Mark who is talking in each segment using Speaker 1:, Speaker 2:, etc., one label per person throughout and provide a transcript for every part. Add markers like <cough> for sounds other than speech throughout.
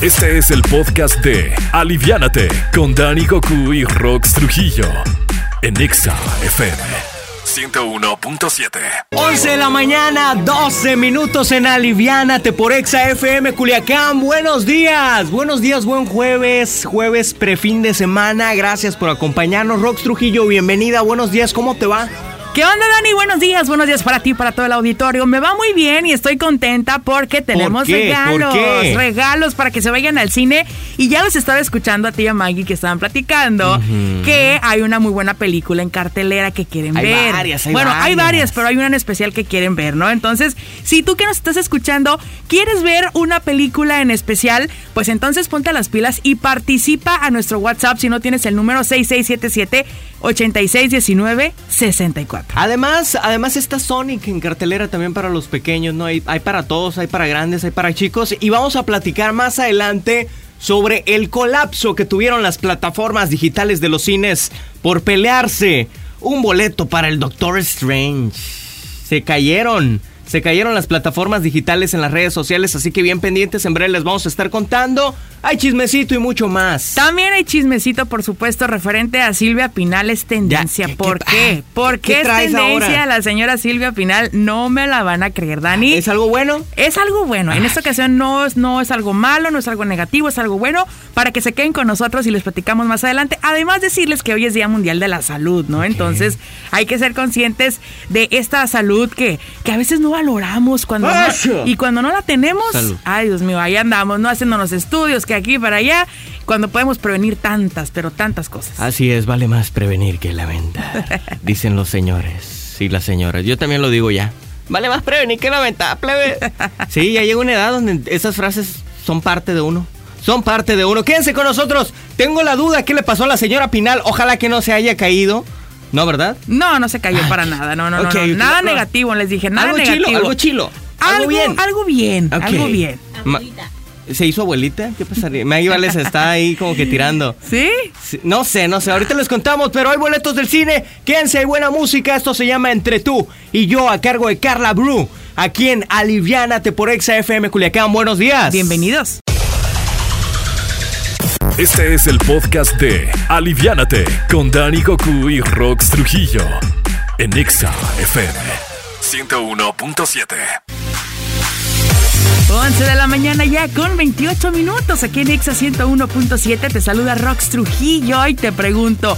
Speaker 1: Este es el podcast de Aliviánate con Dani Goku y Rox Trujillo en Exa FM 101.7.
Speaker 2: 11 de la mañana, 12 minutos en Aliviánate por Exa FM Culiacán. Buenos días, buenos días, buen jueves, jueves prefin de semana. Gracias por acompañarnos, Rox Trujillo. Bienvenida, buenos días, ¿cómo te va?
Speaker 3: ¿Qué onda, Dani? Buenos días, buenos días para ti, para todo el auditorio. Me va muy bien y estoy contenta porque tenemos
Speaker 2: qué?
Speaker 3: regalos,
Speaker 2: ¿Por qué?
Speaker 3: regalos para que se vayan al cine. Y ya los estaba escuchando a ti y a Maggie que estaban platicando que hay una muy buena película en cartelera que quieren
Speaker 2: Hay
Speaker 3: ver.
Speaker 2: varias, hay
Speaker 3: bueno, hay
Speaker 2: varias.
Speaker 3: varias, pero hay una en especial que quieren ver, ¿no? Entonces, si tú que nos estás escuchando quieres ver una película en especial, pues entonces ponte las pilas y participa a nuestro WhatsApp si no tienes el número 6677 8619 64.
Speaker 2: Además, además está Sonic en cartelera también para los pequeños, ¿no? Hay, hay para todos, hay para grandes, hay para chicos. Y vamos a platicar más adelante sobre el colapso que tuvieron las plataformas digitales de los cines por pelearse un boleto para el Doctor Strange. Se cayeron. Se cayeron las plataformas digitales en las redes sociales, así que bien pendientes, en breve les vamos a estar contando. Hay chismecito y mucho más.
Speaker 3: También hay chismecito, por supuesto, referente a Silvia Pinal es tendencia.
Speaker 2: Ya, ¿qué-
Speaker 3: ¿Por
Speaker 2: qué-
Speaker 3: qué?
Speaker 2: ah,
Speaker 3: ¿Por
Speaker 2: ¿qué
Speaker 3: qué, es
Speaker 2: traes
Speaker 3: tendencia
Speaker 2: ahora?
Speaker 3: la señora Silvia Pinal? No me la van a creer, Dani.
Speaker 2: ¿Es algo bueno?
Speaker 3: Es algo bueno. En esta ocasión no es, no es algo malo, no es algo negativo, es algo bueno para que se queden con nosotros y les platicamos más adelante. Además, decirles que hoy es Día Mundial de la Salud, ¿no? Entonces, hay que ser conscientes de esta salud que, que a veces no valoramos cuando no-
Speaker 2: ¡Eso!
Speaker 3: y cuando no la tenemos.
Speaker 2: Salud.
Speaker 3: Ay, Dios mío, ahí andamos, ¿no? Haciéndonos estudios que aquí para allá, cuando podemos prevenir tantas, pero tantas cosas.
Speaker 2: Así es, vale más prevenir que <laughs> lamentar, dicen los señores y las señoras. Yo también lo digo ya. Vale más prevenir que lamentar, plebe. Sí, ya llega una edad donde esas frases son parte de uno. Son parte de uno. Quédense con nosotros. Tengo la duda, ¿qué le pasó a la señora Pinal? Ojalá que no se haya caído. ¿No, verdad?
Speaker 3: No, no se cayó para nada, no, no, no,
Speaker 2: ok,
Speaker 3: no,
Speaker 2: ok,
Speaker 3: Nada
Speaker 2: no.
Speaker 3: negativo, les dije, nada
Speaker 2: algo
Speaker 3: negativo.
Speaker 2: chilo, algo chilo.
Speaker 3: Algo, algo bien,
Speaker 2: Algo
Speaker 3: algo bien,
Speaker 2: Ok. Ma- ¿Se hizo abuelita? ¿Qué pasaría? Maggie Vales está ahí como que
Speaker 3: <laughs>
Speaker 2: tirando.
Speaker 3: ¿Sí?
Speaker 2: Sí, No sé, no sé, ahorita les contamos, pero hay boletos del cine, quédense, hay buena música, esto se llama Entre tú y yo a cargo de Carla Bru, aquí en Aliviánate por Exa FM Culiacán, buenos días.
Speaker 3: Bienvenidos.
Speaker 1: Este es el podcast de Aliviánate con Dani Goku y Rox Trujillo en Exa FM 101.7.
Speaker 3: 11 de la mañana ya con 28 minutos aquí en Exa 101.7 te saluda Rox Trujillo y te pregunto,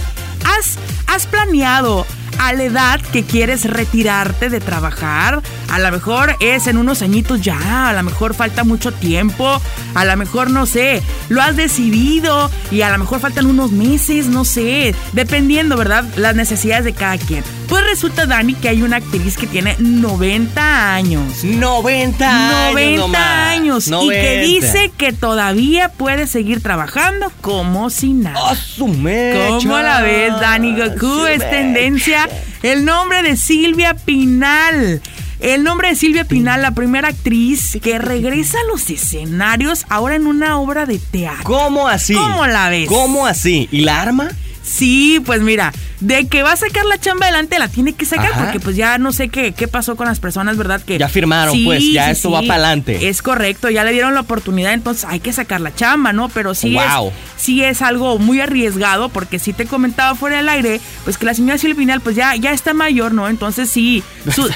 Speaker 3: ¿has, ¿has planeado a la edad que quieres retirarte de trabajar? A lo mejor es en unos añitos ya, a lo mejor falta mucho tiempo, a lo mejor no sé, lo has decidido y a lo mejor faltan unos meses, no sé, dependiendo, ¿verdad? Las necesidades de cada quien. Pues resulta, Dani, que hay una actriz que tiene 90 años.
Speaker 2: 90 años.
Speaker 3: 90
Speaker 2: nomás.
Speaker 3: años, y
Speaker 2: 90.
Speaker 3: que dice que todavía puede seguir trabajando como si nada.
Speaker 2: ¡Oh, su mecha!
Speaker 3: ¿Cómo la ves, Dani Goku?
Speaker 2: Su
Speaker 3: Es
Speaker 2: mecha.
Speaker 3: tendencia el nombre de Silvia Pinal. El nombre de Silvia Pinal, la primera actriz que regresa a los escenarios ahora en una obra de teatro.
Speaker 2: ¿Cómo así?
Speaker 3: ¿Cómo la ves?
Speaker 2: ¿Cómo así? ¿Y la arma?
Speaker 3: Sí, pues mira, de que va a sacar la chamba adelante, la tiene que sacar,
Speaker 2: Ajá.
Speaker 3: porque pues ya no sé qué, qué pasó con las personas, ¿verdad? Que
Speaker 2: Ya firmaron, pues, ya esto va pa'lante.
Speaker 3: Es correcto, ya le dieron la oportunidad, entonces hay que sacar la chamba, ¿no? Pero sí,
Speaker 2: Wow.
Speaker 3: es, sí es algo muy arriesgado, porque sí te comentaba fuera del aire, pues que la señora Silvia Pinal, pues ya, ya está mayor, ¿no? Entonces sí,
Speaker 2: <laughs>
Speaker 3: su, su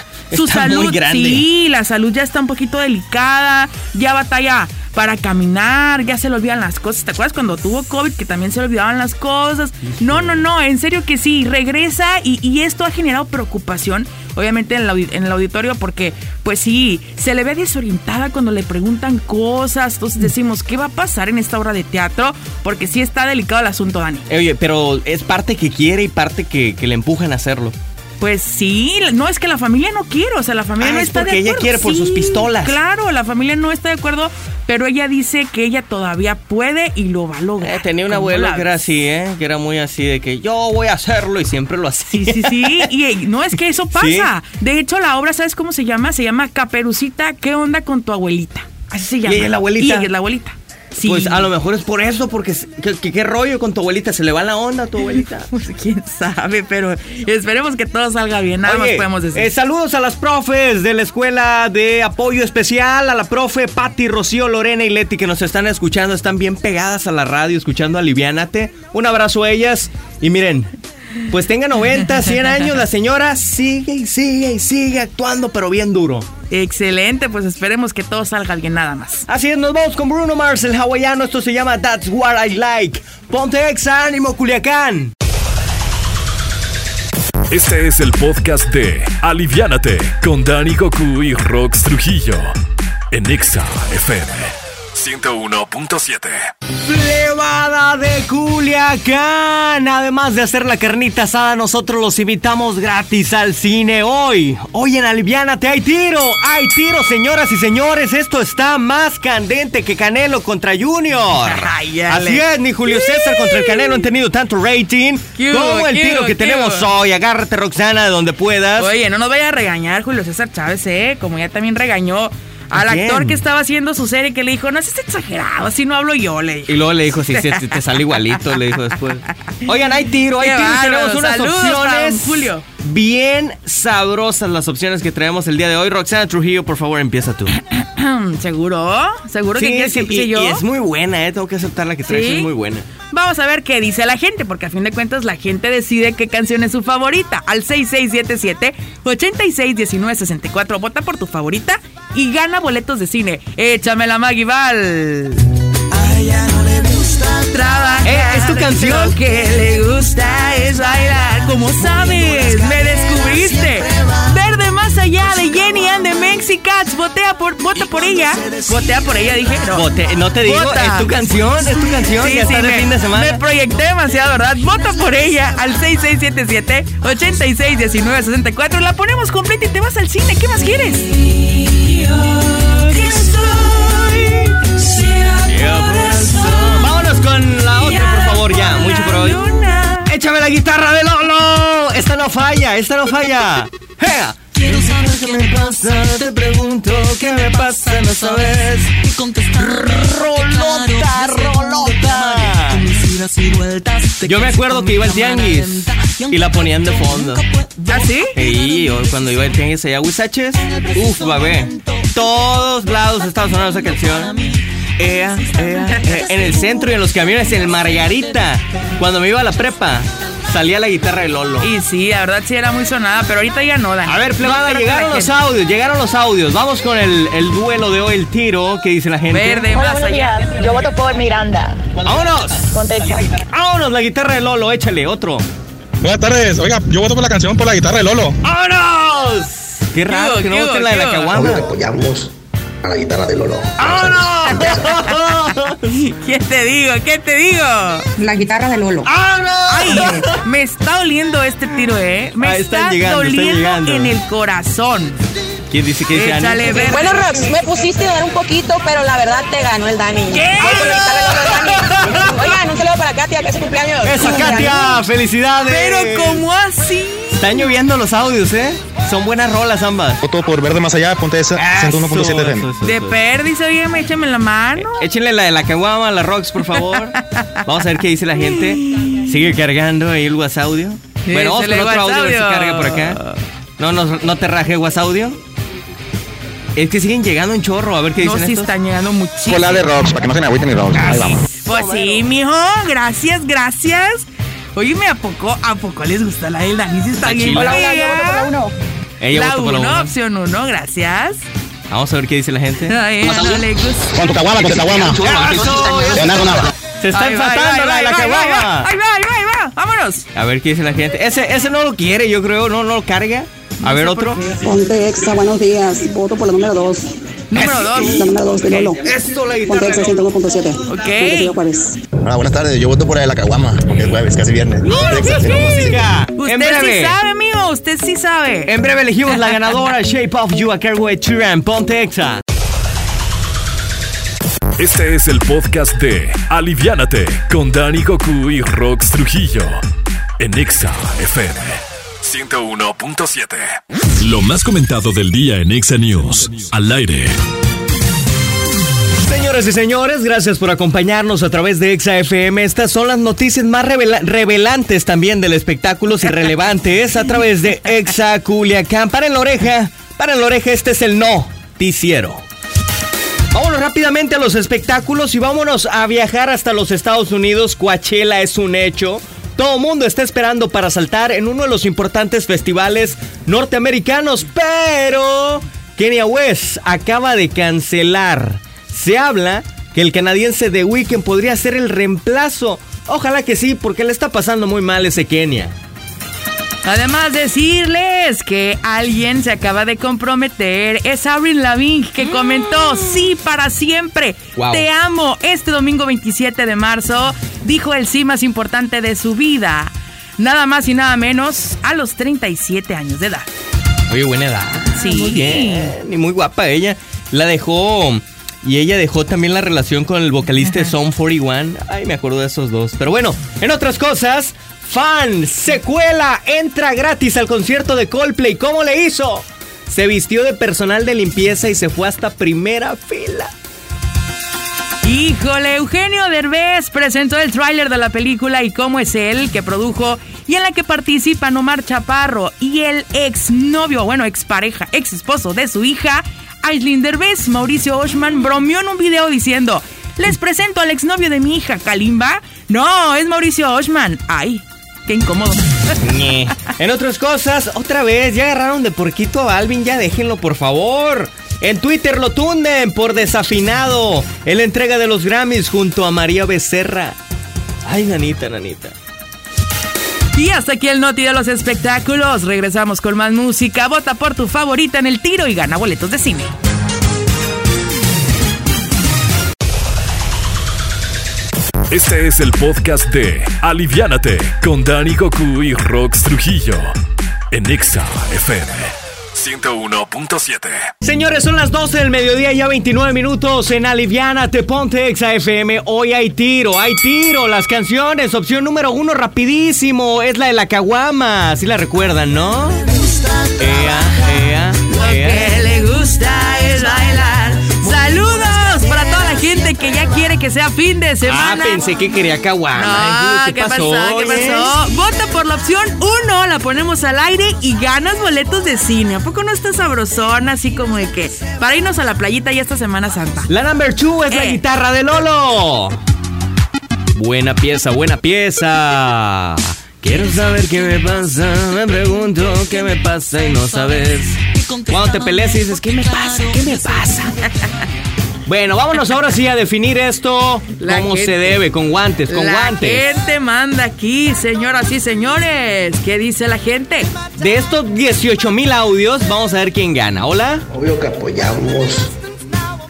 Speaker 2: Está muy
Speaker 3: salud,
Speaker 2: grande.
Speaker 3: sí, la salud ya está un poquito delicada, ya batalla para caminar, ya se le olvidan las cosas. ¿Te acuerdas cuando tuvo COVID que también se le olvidaban las cosas? No, no, no, en serio que sí, regresa y, y esto ha generado preocupación, obviamente en el, audi- en el auditorio, porque pues sí, se le ve desorientada cuando le preguntan cosas, entonces decimos, ¿qué va a pasar en esta obra de teatro? Porque sí está delicado el asunto, Dani.
Speaker 2: Eh, Oye, pero es parte que quiere y parte que, que le empujan a hacerlo.
Speaker 3: Pues sí, la- no es que la familia no quiere, o sea, la familia
Speaker 2: Ah,
Speaker 3: no
Speaker 2: es
Speaker 3: está de
Speaker 2: porque
Speaker 3: acuerdo.
Speaker 2: ella quiere por sus
Speaker 3: Sí,
Speaker 2: pistolas.
Speaker 3: Claro, la familia no está de acuerdo, pero ella dice que ella todavía puede y lo va a lograr.
Speaker 2: Eh, tenía un
Speaker 3: ¿Cómo
Speaker 2: abuelo
Speaker 3: la
Speaker 2: que era
Speaker 3: ves?
Speaker 2: así, ¿eh? Que era muy así de que yo voy a hacerlo y siempre lo
Speaker 3: Sí,
Speaker 2: hacía.
Speaker 3: sí, sí. Y eh, no es
Speaker 2: <laughs>
Speaker 3: que eso pasa. De hecho, la obra, ¿sabes cómo se llama? Se llama Caperucita, ¿qué onda con tu abuelita? Así se llama.
Speaker 2: ella es la abuelita?
Speaker 3: Y ella es la abuelita. Sí.
Speaker 2: <laughs> Pues a lo mejor es por eso, porque es- ¿qué, qué- qué rollo con tu abuelita? ¿Se le va la onda a tu abuelita?
Speaker 3: <laughs> Pues, quién sabe, pero esperemos que todo salga bien. <laughs> Nada
Speaker 2: Oye,
Speaker 3: más podemos decir.
Speaker 2: eh, saludos a las profes de la Escuela de Apoyo Especial, a la profe Patti, Rocío, Lorena y Leti que nos están escuchando, están bien pegadas a la radio, escuchando Aliviánate. Un abrazo a ellas y miren, pues tenga 90, 100 años, la señora sigue y sigue y sigue actuando, pero bien duro.
Speaker 3: Excelente, pues esperemos que todo salga bien, nada más.
Speaker 2: Así es, nos vamos con Bruno Mars, el hawaiano, esto se llama That's What I Like. Ponte exa, ánimo Culiacán.
Speaker 1: Este es el podcast de Aliviánate con Dani Goku y Rox Trujillo en Exa FM 101.7.
Speaker 2: Plebada de Culiacán. Además de hacer la carnita asada, nosotros los invitamos gratis al cine hoy. Hoy en Aliviánate hay tiro, hay tiro, señoras y señores. Esto está más candente que Canelo contra Junior.
Speaker 3: <laughs> Ay, Ale.
Speaker 2: Así es, ni Julio César contra el Canelo han tenido tanto rating
Speaker 3: ¿Qué hubo,
Speaker 2: como el
Speaker 3: qué
Speaker 2: tiro
Speaker 3: hubo,
Speaker 2: que
Speaker 3: qué
Speaker 2: tenemos
Speaker 3: hubo?
Speaker 2: hoy. Agárrate, Roxana, de donde puedas.
Speaker 3: Oye, no nos vaya a regañar Julio César Chávez, ¿eh? Como ya también regañó al
Speaker 2: ¿A quién?
Speaker 3: actor que estaba haciendo su serie, que le dijo, no seas exagerado, así no hablo yo, le dijo.
Speaker 2: Y luego le dijo, si te, te sale igualito, le dijo después. Oigan, hay tiro, hay
Speaker 3: Qué
Speaker 2: tiro. Tenemos
Speaker 3: bárbaro.
Speaker 2: unas
Speaker 3: Saludos para don
Speaker 2: opciones
Speaker 3: Julio.
Speaker 2: bien sabrosas las opciones que traemos el día de hoy. Roxana Trujillo, por favor, empieza tú.
Speaker 3: Mm, ¿Seguro? ¿Seguro que quieres que
Speaker 2: y,
Speaker 3: empiece yo?
Speaker 2: y es muy buena, eh, tengo que aceptar la que traes,
Speaker 3: ¿Sí?
Speaker 2: es muy buena.
Speaker 3: Vamos a ver qué dice la gente, porque a fin de cuentas la gente decide qué canción es su favorita. Al 6677-861964, vota por tu favorita y gana boletos de cine. Échame la Maggie Val. Trabajar.
Speaker 2: Eh, ¿es tu canción?
Speaker 3: Lo que le gusta es bailar. Como sabes, me descubriste. Verde más allá de Jenny and the Mexicats. Votea por, vota por ella. Votea por ella, dije. No,
Speaker 2: Vote- no te digo,
Speaker 3: Vota.
Speaker 2: es tu canción, es tu canción,
Speaker 3: Sí,
Speaker 2: ya
Speaker 3: sí,
Speaker 2: está de
Speaker 3: me-
Speaker 2: fin de
Speaker 3: Me
Speaker 2: semana.
Speaker 3: proyecté demasiado, ¿verdad? Vota por ella al 6677-861964. La ponemos completa y te vas al cine. ¿Qué más quieres?
Speaker 2: Vámonos con la otra, por favor, ya, mucho por hoy.
Speaker 3: Luna.
Speaker 2: ¡Échame la guitarra de Lolo! ¡Esta no falla! ¡Esta no
Speaker 3: <laughs>
Speaker 2: falla! ¡Ea! Quiero saber qué me pasa, te pregunto qué me pasa, no sabes.
Speaker 4: Rolota, rolota. Yo me acuerdo que iba al tianguis y la ponían de fondo.
Speaker 3: ¿Ah, sí?
Speaker 2: Y yo cuando iba al tianguis allá a Huizaches, uff, babé. Todos lados estaba sonando esa canción. Ea, ea, ea. En el centro y en los camiones, en el Margarita. Cuando me iba a la prepa, salía la guitarra de Lolo.
Speaker 3: Y sí, la verdad sí era muy sonada, pero ahorita ya no, Dani.
Speaker 2: A ver, plebada,
Speaker 3: No, creo que
Speaker 2: llegaron
Speaker 3: la
Speaker 2: los
Speaker 3: gente-
Speaker 2: audios, llegaron los audios. Vamos con el, el duelo de hoy, el tiro que dice la gente.
Speaker 3: Verde,
Speaker 5: Hola,
Speaker 3: más
Speaker 5: buenos
Speaker 3: allá.
Speaker 5: días. Yo voto por Miranda.
Speaker 2: ¡Vámonos!
Speaker 5: Contesta.
Speaker 2: ¡Vámonos! La guitarra de Lolo, échale otro.
Speaker 6: Buenas tardes. Oiga, yo voto por la canción por la guitarra de Lolo.
Speaker 2: ¡Vámonos! Qué raro
Speaker 3: hubo,
Speaker 2: que no
Speaker 3: qué
Speaker 2: voten
Speaker 3: hubo,
Speaker 2: la de la
Speaker 3: qué hubo?
Speaker 7: Ahora te
Speaker 3: <laughs>
Speaker 2: caguama.
Speaker 7: apoyamos a la guitarra de Lolo.
Speaker 2: ¡Vámonos!
Speaker 3: ¿Qué te digo? ¿Qué te digo?
Speaker 8: La guitarra de Lolo.
Speaker 3: Ay,
Speaker 2: <laughs> ¡Vámonos!
Speaker 3: me está oliendo este tiro, ¿eh? Me
Speaker 2: Ahí están
Speaker 3: está
Speaker 2: llegando, están
Speaker 3: doliendo
Speaker 2: llegando.
Speaker 3: en el corazón.
Speaker 2: ¿Quién dice que dice Ana?
Speaker 3: Échale, verde.
Speaker 5: Bueno, Rox, me pusiste a dar un poquito, pero la verdad te ganó el Dani.
Speaker 3: ¿Qué?
Speaker 5: Voy por la guitarra de Lolo, Dani. Oigan, un saludo para Katia, que es su cumpleaños.
Speaker 2: ¡Esa Katia! ¡Felicidades!
Speaker 3: Pero ¿cómo así?
Speaker 2: Están lloviendo los audios, ¿eh? Son buenas rolas ambas.
Speaker 6: Voto por Verde Más Allá, ponte esa
Speaker 2: Eso,
Speaker 6: 101.7 FM.
Speaker 2: eso, eso,
Speaker 3: De
Speaker 2: eso.
Speaker 3: perdiz, oye, me échame la mano.
Speaker 2: Échenle la de la caguama a la Rox, por favor. Vamos a ver qué dice la gente. Sigue cargando ahí el WhatsApp audio.
Speaker 3: Sí,
Speaker 2: Bueno, vamos
Speaker 3: sale
Speaker 2: con otro audio a ver si
Speaker 3: WhatsApp.
Speaker 2: carga por acá. No, no, no te raje WhatsApp audio. Es que siguen llegando en chorro, a ver qué
Speaker 3: No,
Speaker 2: dicen
Speaker 3: sí
Speaker 2: estos.
Speaker 3: están llegando muchísimo.
Speaker 6: Por la de Rocks, para que no se me agüiten ni Rocks. Ahí vamos.
Speaker 3: Pues sí, mijo, gracias, gracias. Oye, ¿me a poco, a poco les gusta la del Dani? Si está
Speaker 2: Está
Speaker 3: bien,
Speaker 2: chila. Hola,
Speaker 5: Hola, yo voto por la
Speaker 3: uno.
Speaker 5: uno.
Speaker 2: Ella votó por la uno.
Speaker 3: opción uno, gracias.
Speaker 2: Vamos a ver qué dice la
Speaker 3: <laughs>
Speaker 2: gente.
Speaker 3: Ay, no le gusta.
Speaker 6: Con tu caguama, con tu caguama. Leonardo Nava.
Speaker 2: Se está
Speaker 3: Ahí va,
Speaker 2: enfatando
Speaker 3: ahí
Speaker 2: la
Speaker 3: va,
Speaker 2: de la
Speaker 3: ahí va, ahí va,
Speaker 2: caguama.
Speaker 3: Ahí va, ahí va, ahí va, vámonos.
Speaker 2: A ver qué dice la gente. Ese, ese no lo quiere, yo creo, no, no lo carga. A ver otro.
Speaker 9: Ponte extra, buenos días. Voto por la número 2.
Speaker 3: Número
Speaker 9: La
Speaker 3: dos.
Speaker 9: número 2 de Lolo.
Speaker 2: Esto la
Speaker 9: Ponte extra 101.7.
Speaker 3: Ok.
Speaker 9: Juan Castillo Juárez.
Speaker 7: Hola, buenas tardes. Yo voto por la de la caguama, porque es jueves, casi viernes. Texas,
Speaker 2: Música. En
Speaker 3: Usted sí
Speaker 2: breve.
Speaker 3: sabe, amigo, usted sí sabe.
Speaker 2: En breve elegimos la ganadora Shape of You a Carway Turan Ponte Exa.
Speaker 1: Este es el podcast de Aliviánate con Dani Goku y Rox Trujillo en Exa FM 101.7. Lo más comentado del día en Exa News al aire.
Speaker 2: Señores, Señoras y señores, gracias por acompañarnos a través de Exa FM. Estas son las noticias más revela- revelantes también del espectáculo y relevantes a través de Exa Culiacán. Para en la oreja, para en la oreja, este es el no noticiero. Vámonos rápidamente a los espectáculos y vámonos a viajar hasta los Estados Unidos. Coachella es un hecho. Todo mundo está esperando para saltar en uno de los importantes festivales norteamericanos, pero Kenya West acaba de cancelar. Se habla que el canadiense The Weeknd podría ser el reemplazo. Ojalá que sí, porque le está pasando muy mal ese Kenia.
Speaker 3: Además, decirles que alguien se acaba de comprometer. Es Avril Lavigne que comentó: Sí, para siempre.
Speaker 2: Wow.
Speaker 3: Te amo. Este domingo 27 de marzo dijo el sí más importante de su vida. Nada más y nada menos a los 37 años de edad.
Speaker 2: Oye, buena edad.
Speaker 3: Sí.
Speaker 2: Muy bien. Y muy guapa ella. La dejó. Y ella dejó también la relación con el vocalista de Sound 41. Ay, me acuerdo de esos dos. Pero bueno, en otras cosas, fan, secuela, entra gratis al concierto de Coldplay. ¿Cómo le hizo? Se vistió de personal de limpieza y se fue hasta primera fila.
Speaker 3: Híjole, Eugenio Derbez presentó el tráiler de la película Y cómo es él, que produjo y en la que participan Omar Chaparro y el exnovio, bueno, expareja, ex esposo de su hija, Aislinn Derbez, Mauricio Oshman, bromeó en un video diciendo, les presento al exnovio de mi hija, Kalimba. No, es Mauricio Oshman. Ay, qué incómodo. <laughs>
Speaker 2: Ñe. en otras cosas, otra vez, ya agarraron de porquito a Alvin, ya déjenlo por favor. En Twitter lo tunden por desafinado. En la entrega de los Grammys junto a María Becerra. Ay, nanita, nanita.
Speaker 3: Y hasta aquí el Noti de los espectáculos. Regresamos con más música. Vota por tu favorita en el tiro y gana boletos de cine.
Speaker 1: Este es el podcast de Aliviánate con Dani Goku y Rox Trujillo en Exa FM 101.7.
Speaker 2: Señores, son las 12 del mediodía, ya 29 minutos en Aliviana, te ponte Exa FM. Hoy hay tiro, hay tiro. Las canciones, opción número uno, rapidísimo, es la de la caguama. Si la recuerdan, ¿no? Ea, ea, ea.
Speaker 3: que le gusta es bailar. Saludos para toda la gente que ya quiere que sea fin de
Speaker 2: Ah,
Speaker 3: semana.
Speaker 2: pensé que quería caguama.
Speaker 3: Ah,
Speaker 2: Ay,
Speaker 3: ¿qué, pasó? ¿Qué
Speaker 2: oye?
Speaker 3: pasó? Vota por la opción 1, la ponemos al aire y ganas boletos de cine. ¿A poco no está sabrosona así como de que para irnos a la playita ya esta Semana Santa?
Speaker 2: La number two es la
Speaker 3: Eh.
Speaker 2: guitarra de Lolo. Buena pieza, buena pieza. Quiero saber qué me pasa, me pregunto qué me pasa y no sabes. Cuando te peleas y dices, ¿qué me pasa? ¿Qué me pasa? Bueno, vámonos ahora sí a definir esto
Speaker 3: La
Speaker 2: como se
Speaker 3: gente.
Speaker 2: debe, con guantes, con
Speaker 3: la
Speaker 2: guantes.
Speaker 3: gente manda aquí, señoras y señores. ¿Qué dice la gente?
Speaker 2: De estos 18 mil audios, vamos a ver quién gana. Hola,
Speaker 7: Obvio que apoyamos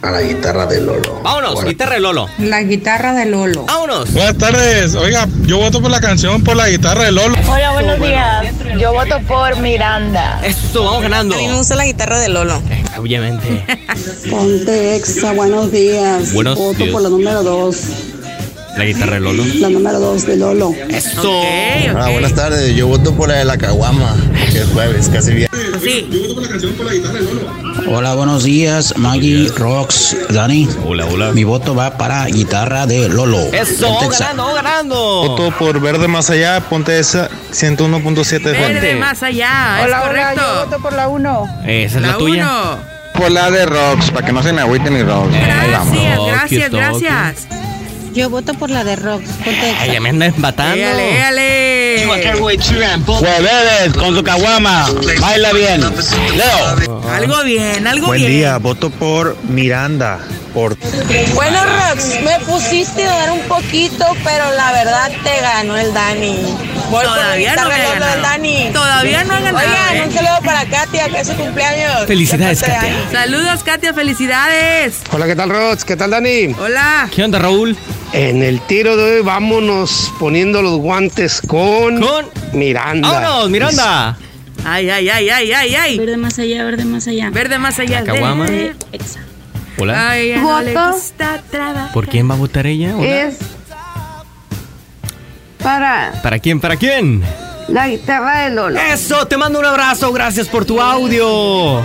Speaker 7: a la guitarra de Lolo.
Speaker 2: vámonos, guitarra de Lolo.
Speaker 9: La guitarra de Lolo.
Speaker 2: Vámonos.
Speaker 6: Buenas tardes. Oiga, yo voto por la canción por la guitarra de Lolo.
Speaker 5: Hola, buenos días. Yo voto por Miranda.
Speaker 2: Esto, vamos ganando.
Speaker 5: A mí me gusta la guitarra de Lolo.
Speaker 2: Eh, Obviamente.
Speaker 9: Ponte Exa, buenos días.
Speaker 2: Buenos
Speaker 9: Voto
Speaker 2: días.
Speaker 9: por la número dos.
Speaker 2: <laughs> La guitarra de Lolo.
Speaker 9: La número dos de Lolo.
Speaker 2: Eso.
Speaker 3: Ok, ok.
Speaker 7: Ah, buenas tardes, yo voto por la de la caguama, que es jueves, casi bien.
Speaker 3: Sí.
Speaker 8: Hola, buenos días, Maggie, Rox, Dani.
Speaker 1: Hola, hola.
Speaker 8: Mi voto va para guitarra de Lolo.
Speaker 2: Eso,
Speaker 8: del
Speaker 2: vamos
Speaker 8: Texas.
Speaker 2: ganando, vamos ganando.
Speaker 6: Voto por Verde Más Allá, ponte esa 101.7
Speaker 3: Verde
Speaker 2: Fuente.
Speaker 3: más allá, es correcto.
Speaker 5: por la 1.
Speaker 2: Esa es la,
Speaker 3: La
Speaker 2: tuya.
Speaker 3: uno.
Speaker 6: Por la de Rox, para que no se me agüite mi Rox.
Speaker 3: Gracias,
Speaker 2: Toki,
Speaker 3: gracias,
Speaker 2: toki.
Speaker 3: gracias.
Speaker 2: Ah,
Speaker 5: Yo voto por la de Rox. Ponte
Speaker 2: Ay, ya me andan matando.
Speaker 3: Éale, éale.
Speaker 8: Jueves con su caguama. Baila bien. Leo.
Speaker 3: Algo bien, algo bien.
Speaker 8: voto por Miranda. Por
Speaker 5: Bueno, Rox, me pusiste a dar un poquito, pero la verdad te ganó el Dani. Voy por la
Speaker 3: Todavía no
Speaker 5: guitarra
Speaker 3: me
Speaker 5: de
Speaker 3: ha
Speaker 5: Lolo del Dani.
Speaker 3: ganado. Todavía no ha ganado.
Speaker 5: Oigan, un
Speaker 3: ¿eh?
Speaker 5: saludo para Katia, que es su cumpleaños.
Speaker 2: Felicidades,
Speaker 5: De parte de
Speaker 2: Katia.
Speaker 5: Dani.
Speaker 3: Saludos, Katia, felicidades.
Speaker 10: Hola, ¿qué tal, Rods? ¿Qué tal, Dani?
Speaker 3: Hola.
Speaker 2: ¿Qué onda, Raúl?
Speaker 10: En el tiro de hoy, vámonos poniendo los guantes con.
Speaker 2: Con-
Speaker 10: Miranda.
Speaker 2: ¡Vámonos, Miranda!
Speaker 3: Ay, ay, ay, ay, ay, ay.
Speaker 9: Verde más allá, verde más allá.
Speaker 3: Verde más allá.
Speaker 2: La caguama.
Speaker 3: verde.
Speaker 2: Hola.
Speaker 3: Ay, ya no le
Speaker 5: Voto.
Speaker 3: gusta trabajar.
Speaker 2: ¿Por quién va a
Speaker 3: Eh.
Speaker 2: votar ella? Hola.
Speaker 5: para
Speaker 2: ¿Para quién? ¿Para quién?
Speaker 11: La guitarra de Lolo.
Speaker 2: Eso, te mando un abrazo, gracias por tu audio.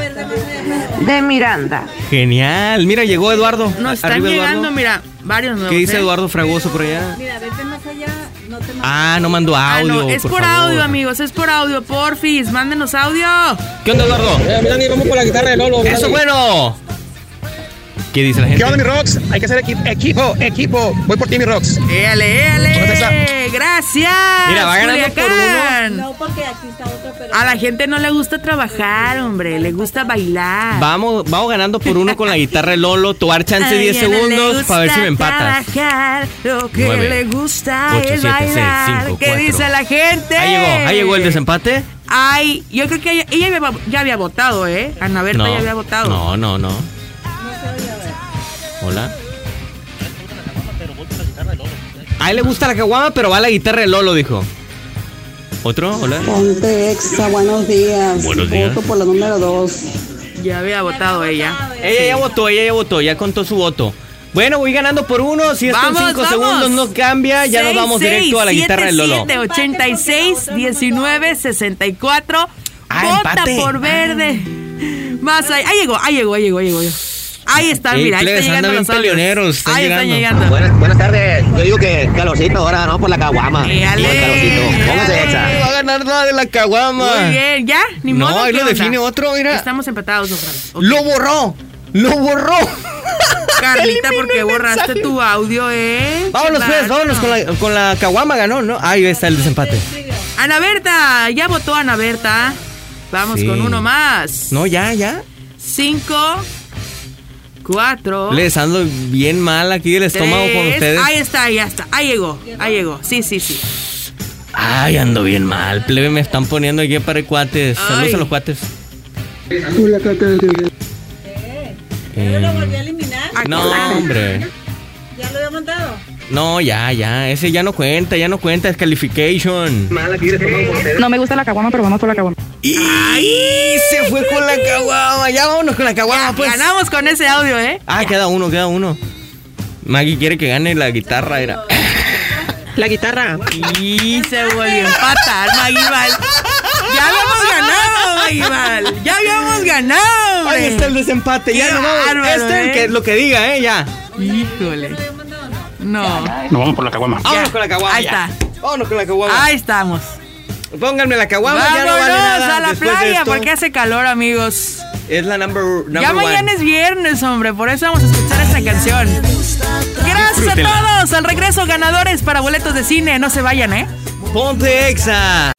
Speaker 11: De Miranda.
Speaker 2: Genial, mira, llegó Eduardo.
Speaker 3: Nos están
Speaker 2: Arriba, Eduardo.
Speaker 3: llegando, mira, varios nuevos.
Speaker 2: ¿Qué dice
Speaker 3: ¿eh?
Speaker 2: Eduardo Fragoso por allá?
Speaker 3: Mira, vete más allá, no te
Speaker 2: Ah, no mandó
Speaker 3: Ah,
Speaker 2: audio.
Speaker 3: no, es por,
Speaker 2: favor.
Speaker 3: audio, amigos, es por audio, porfis, mándenos audio.
Speaker 2: ¿Qué onda, Eduardo?
Speaker 6: vamos por la guitarra de Lolo.
Speaker 2: Eso, bueno. ¿Qué dice la gente?
Speaker 6: ¿Qué onda, mi Rox? Hay que ser equi- equipo, equipo. Voy por ti, mi Rox.
Speaker 3: Éale, éale. Gracias.
Speaker 6: Mira, va ganando
Speaker 3: Culiacán.
Speaker 6: por
Speaker 12: No, porque aquí está otro, pero.
Speaker 3: A la gente no le gusta trabajar, hombre, le gusta bailar.
Speaker 2: Vamos, vamos ganando por uno con la guitarra de Lolo. Tu dar chance
Speaker 3: A
Speaker 2: 10
Speaker 3: ella no le
Speaker 2: segundos para ver si me
Speaker 3: gusta
Speaker 2: empatas.
Speaker 3: trabajar, lo que
Speaker 2: Nueve,
Speaker 3: le gusta
Speaker 2: ocho,
Speaker 3: es
Speaker 2: siete, seis,
Speaker 3: bailar.
Speaker 2: cinco,
Speaker 3: ¿Qué
Speaker 2: cuatro.
Speaker 3: dice la gente?
Speaker 2: Ahí llegó, ahí llegó el desempate.
Speaker 3: Ay, yo creo que ella, ella ya había- ya había votado, ¿eh? Ana Berta ya había votado.
Speaker 2: No, no, no. Hola. A él le gusta la caguama, pero va la guitarra de Lolo, dijo. ¿Otro? Hola.
Speaker 9: Ponte Exa, buenos días.
Speaker 2: Buenos días.
Speaker 9: Voto por la número dos.
Speaker 3: Ya había votado ella.
Speaker 2: Ella ya votó, ella ya votó, ya contó su voto. Bueno, voy ganando por uno. Si esto en
Speaker 3: Vamos,
Speaker 2: 5
Speaker 3: vamos.
Speaker 2: segundos no cambia, ya nos
Speaker 3: Seis,
Speaker 2: vamos
Speaker 3: seis,
Speaker 2: directo a la
Speaker 3: siete,
Speaker 2: guitarra de Lolo.
Speaker 3: siete, 86, 19, 64. Vota
Speaker 2: Ah, empate.
Speaker 3: por verde. Más ahí. Ahí llegó, ahí llegó, ahí llegó, ahí llegó. Ahí está,
Speaker 2: Ey,
Speaker 3: mira, ahí
Speaker 2: plebes,
Speaker 3: están llegando
Speaker 2: andan
Speaker 3: los
Speaker 2: bien
Speaker 3: audios.
Speaker 2: peleoneros, están
Speaker 3: ahí
Speaker 2: llegando.
Speaker 3: están llegando.
Speaker 8: Buenas, buenas tardes. Yo digo que calorcito ahora, ¿no? Por la caguama. Por el calorcito. Póngase exa.
Speaker 2: va a ganar nada de la caguama.
Speaker 3: Muy bien, ya, ni
Speaker 2: No,
Speaker 3: modo.
Speaker 2: ahí
Speaker 3: ¿qué
Speaker 2: lo
Speaker 3: onda?
Speaker 2: define otro, mira.
Speaker 3: Estamos empatados, don
Speaker 2: <laughs>
Speaker 3: Fran.
Speaker 2: ¡Lo borró! ¡Lo
Speaker 3: <laughs>
Speaker 2: borró!
Speaker 3: Carlita, porque borraste tu audio, ¿eh?
Speaker 2: Vámonos, pues, vámonos con la, con la caguama, ganó, ¿no? Ahí está el desempate.
Speaker 3: Ana Berta, ya votó Ana Berta. Vamos
Speaker 2: Sí.
Speaker 3: con uno más.
Speaker 2: No, ya, ya.
Speaker 3: Cinco, cuatro.
Speaker 2: Les ando bien mal aquí el estómago con
Speaker 3: Oh. tres.
Speaker 2: ustedes.
Speaker 3: Ahí está, ya está. Ahí llegó, ahí llegó. Sí, sí, sí.
Speaker 2: Ay, ando bien mal. Plebe, me están poniendo aquí para cuates. Saludos
Speaker 3: Ay.
Speaker 2: a los cuates.
Speaker 12: Yo lo
Speaker 2: Eh,
Speaker 12: volví a eliminar.
Speaker 2: no, hombre.
Speaker 12: Ya lo había mandado.
Speaker 2: No, ya, ya. Ese ya no cuenta, ya no cuenta. Descalification.
Speaker 13: No me gusta la caguama, pero vamos por la caguama.
Speaker 2: Y se fue con la caguama. Ya vámonos con la caguama, pues.
Speaker 3: Ganamos con ese audio, ¿eh?
Speaker 2: Ah, queda uno, queda uno. Maggie quiere que gane la
Speaker 12: <laughs>
Speaker 2: guitarra, era.
Speaker 3: La guitarra. Y se volvió a empatar, Magival. Ya habíamos ganado, Magival. Ya habíamos ganado. hombre.
Speaker 2: Ahí está el desempate, ya
Speaker 3: Qué
Speaker 2: no vamos.
Speaker 3: bárbaro,
Speaker 2: Este,
Speaker 3: ¿eh?
Speaker 2: que, lo que diga, eh, ya.
Speaker 3: Híjole. No.
Speaker 8: Nos vamos por la caguama.
Speaker 2: Vámonos con la caguama.
Speaker 3: Ahí
Speaker 2: ya.
Speaker 3: está.
Speaker 2: Vámonos con la caguama.
Speaker 3: Ahí estamos.
Speaker 2: Pónganme la caguama, ya no vale
Speaker 3: Vámonos
Speaker 2: nada.
Speaker 3: a la
Speaker 2: después de
Speaker 3: playa
Speaker 2: esto.
Speaker 3: porque hace calor, amigos.
Speaker 2: Es la number, number
Speaker 3: ya mañana
Speaker 2: one.
Speaker 3: es viernes, hombre. Por eso vamos a escuchar esta canción. Gracias a
Speaker 2: Disfrútela.
Speaker 3: todos. Al regreso, ganadores para boletos de cine. No se vayan, ¿eh?
Speaker 2: Ponte Exa.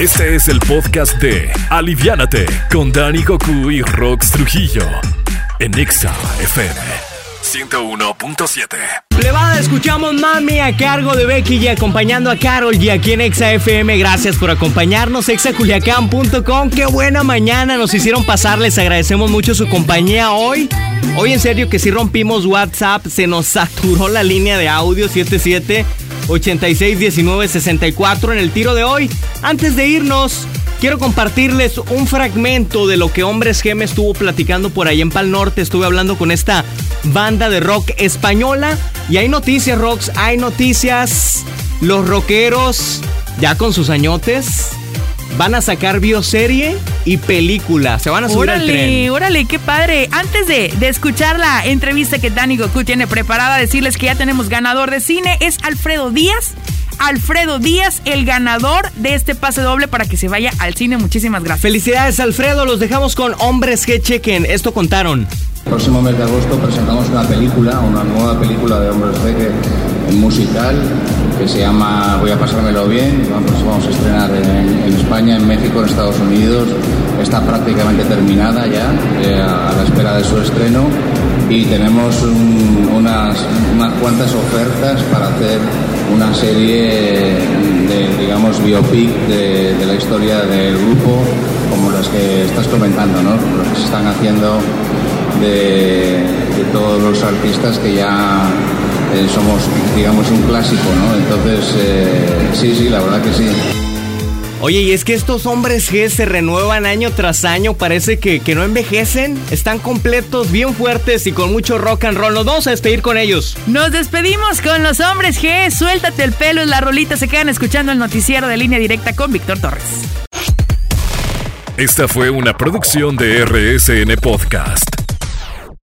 Speaker 1: Este es el podcast de Aliviánate con Dani Goku y Rox Trujillo en Exa FM 101.7.
Speaker 2: Plebada, escuchamos Mami a cargo de Becky y acompañando a Carol y aquí en Exa FM. Gracias por acompañarnos, exaculiacán.com. Qué buena mañana nos hicieron pasar. Les agradecemos mucho su compañía hoy. Hoy en serio que si rompimos WhatsApp, se nos saturó la línea de audio 77 86 19 64 en el tiro de hoy. Antes de irnos, Quiero compartirles un fragmento de lo que Hombres G me estuvo platicando por ahí en Pal Norte. Estuve hablando con esta banda de rock española. Y hay noticias, Rocks, hay noticias. Los rockeros, ya con sus añotes, van a sacar bioserie y película. Se van a subir al tren.
Speaker 3: Órale, órale, qué padre. Antes de, de escuchar la entrevista que Dani Goku tiene preparada, decirles que ya tenemos ganador de cine, es Alfredo Díaz. Alfredo Díaz, el ganador de este pase doble para que se vaya al cine. Muchísimas gracias.
Speaker 2: Felicidades, Alfredo. Los dejamos con Hombres G. Chequen, esto contaron.
Speaker 14: El próximo mes de agosto presentamos una película, una nueva película de hombres G que- musical que se llama Voy a pasármelo bien. Vamos, vamos a estrenar en, en España, en México, en Estados Unidos. Está prácticamente terminada ya, eh, a la espera de su estreno. Y tenemos un- unas, unas cuantas ofertas para hacer una serie de, digamos, biopic de, de la historia del grupo, como las que estás comentando, ¿no? Como las que se están haciendo de, de todos los artistas que ya eh, somos, digamos, un clásico, ¿no? Entonces, eh, sí, sí, la verdad que sí.
Speaker 2: Oye, y es que estos hombres G se renuevan año tras año, parece que, que no envejecen, están completos, bien fuertes y con mucho rock and roll. Nos vamos a despedir con ellos.
Speaker 3: Nos despedimos con los hombres G. Suéltate el pelo en la rolita. Se quedan escuchando el noticiero de línea directa con Víctor Torres.
Speaker 1: Esta fue una producción de RSN Podcast.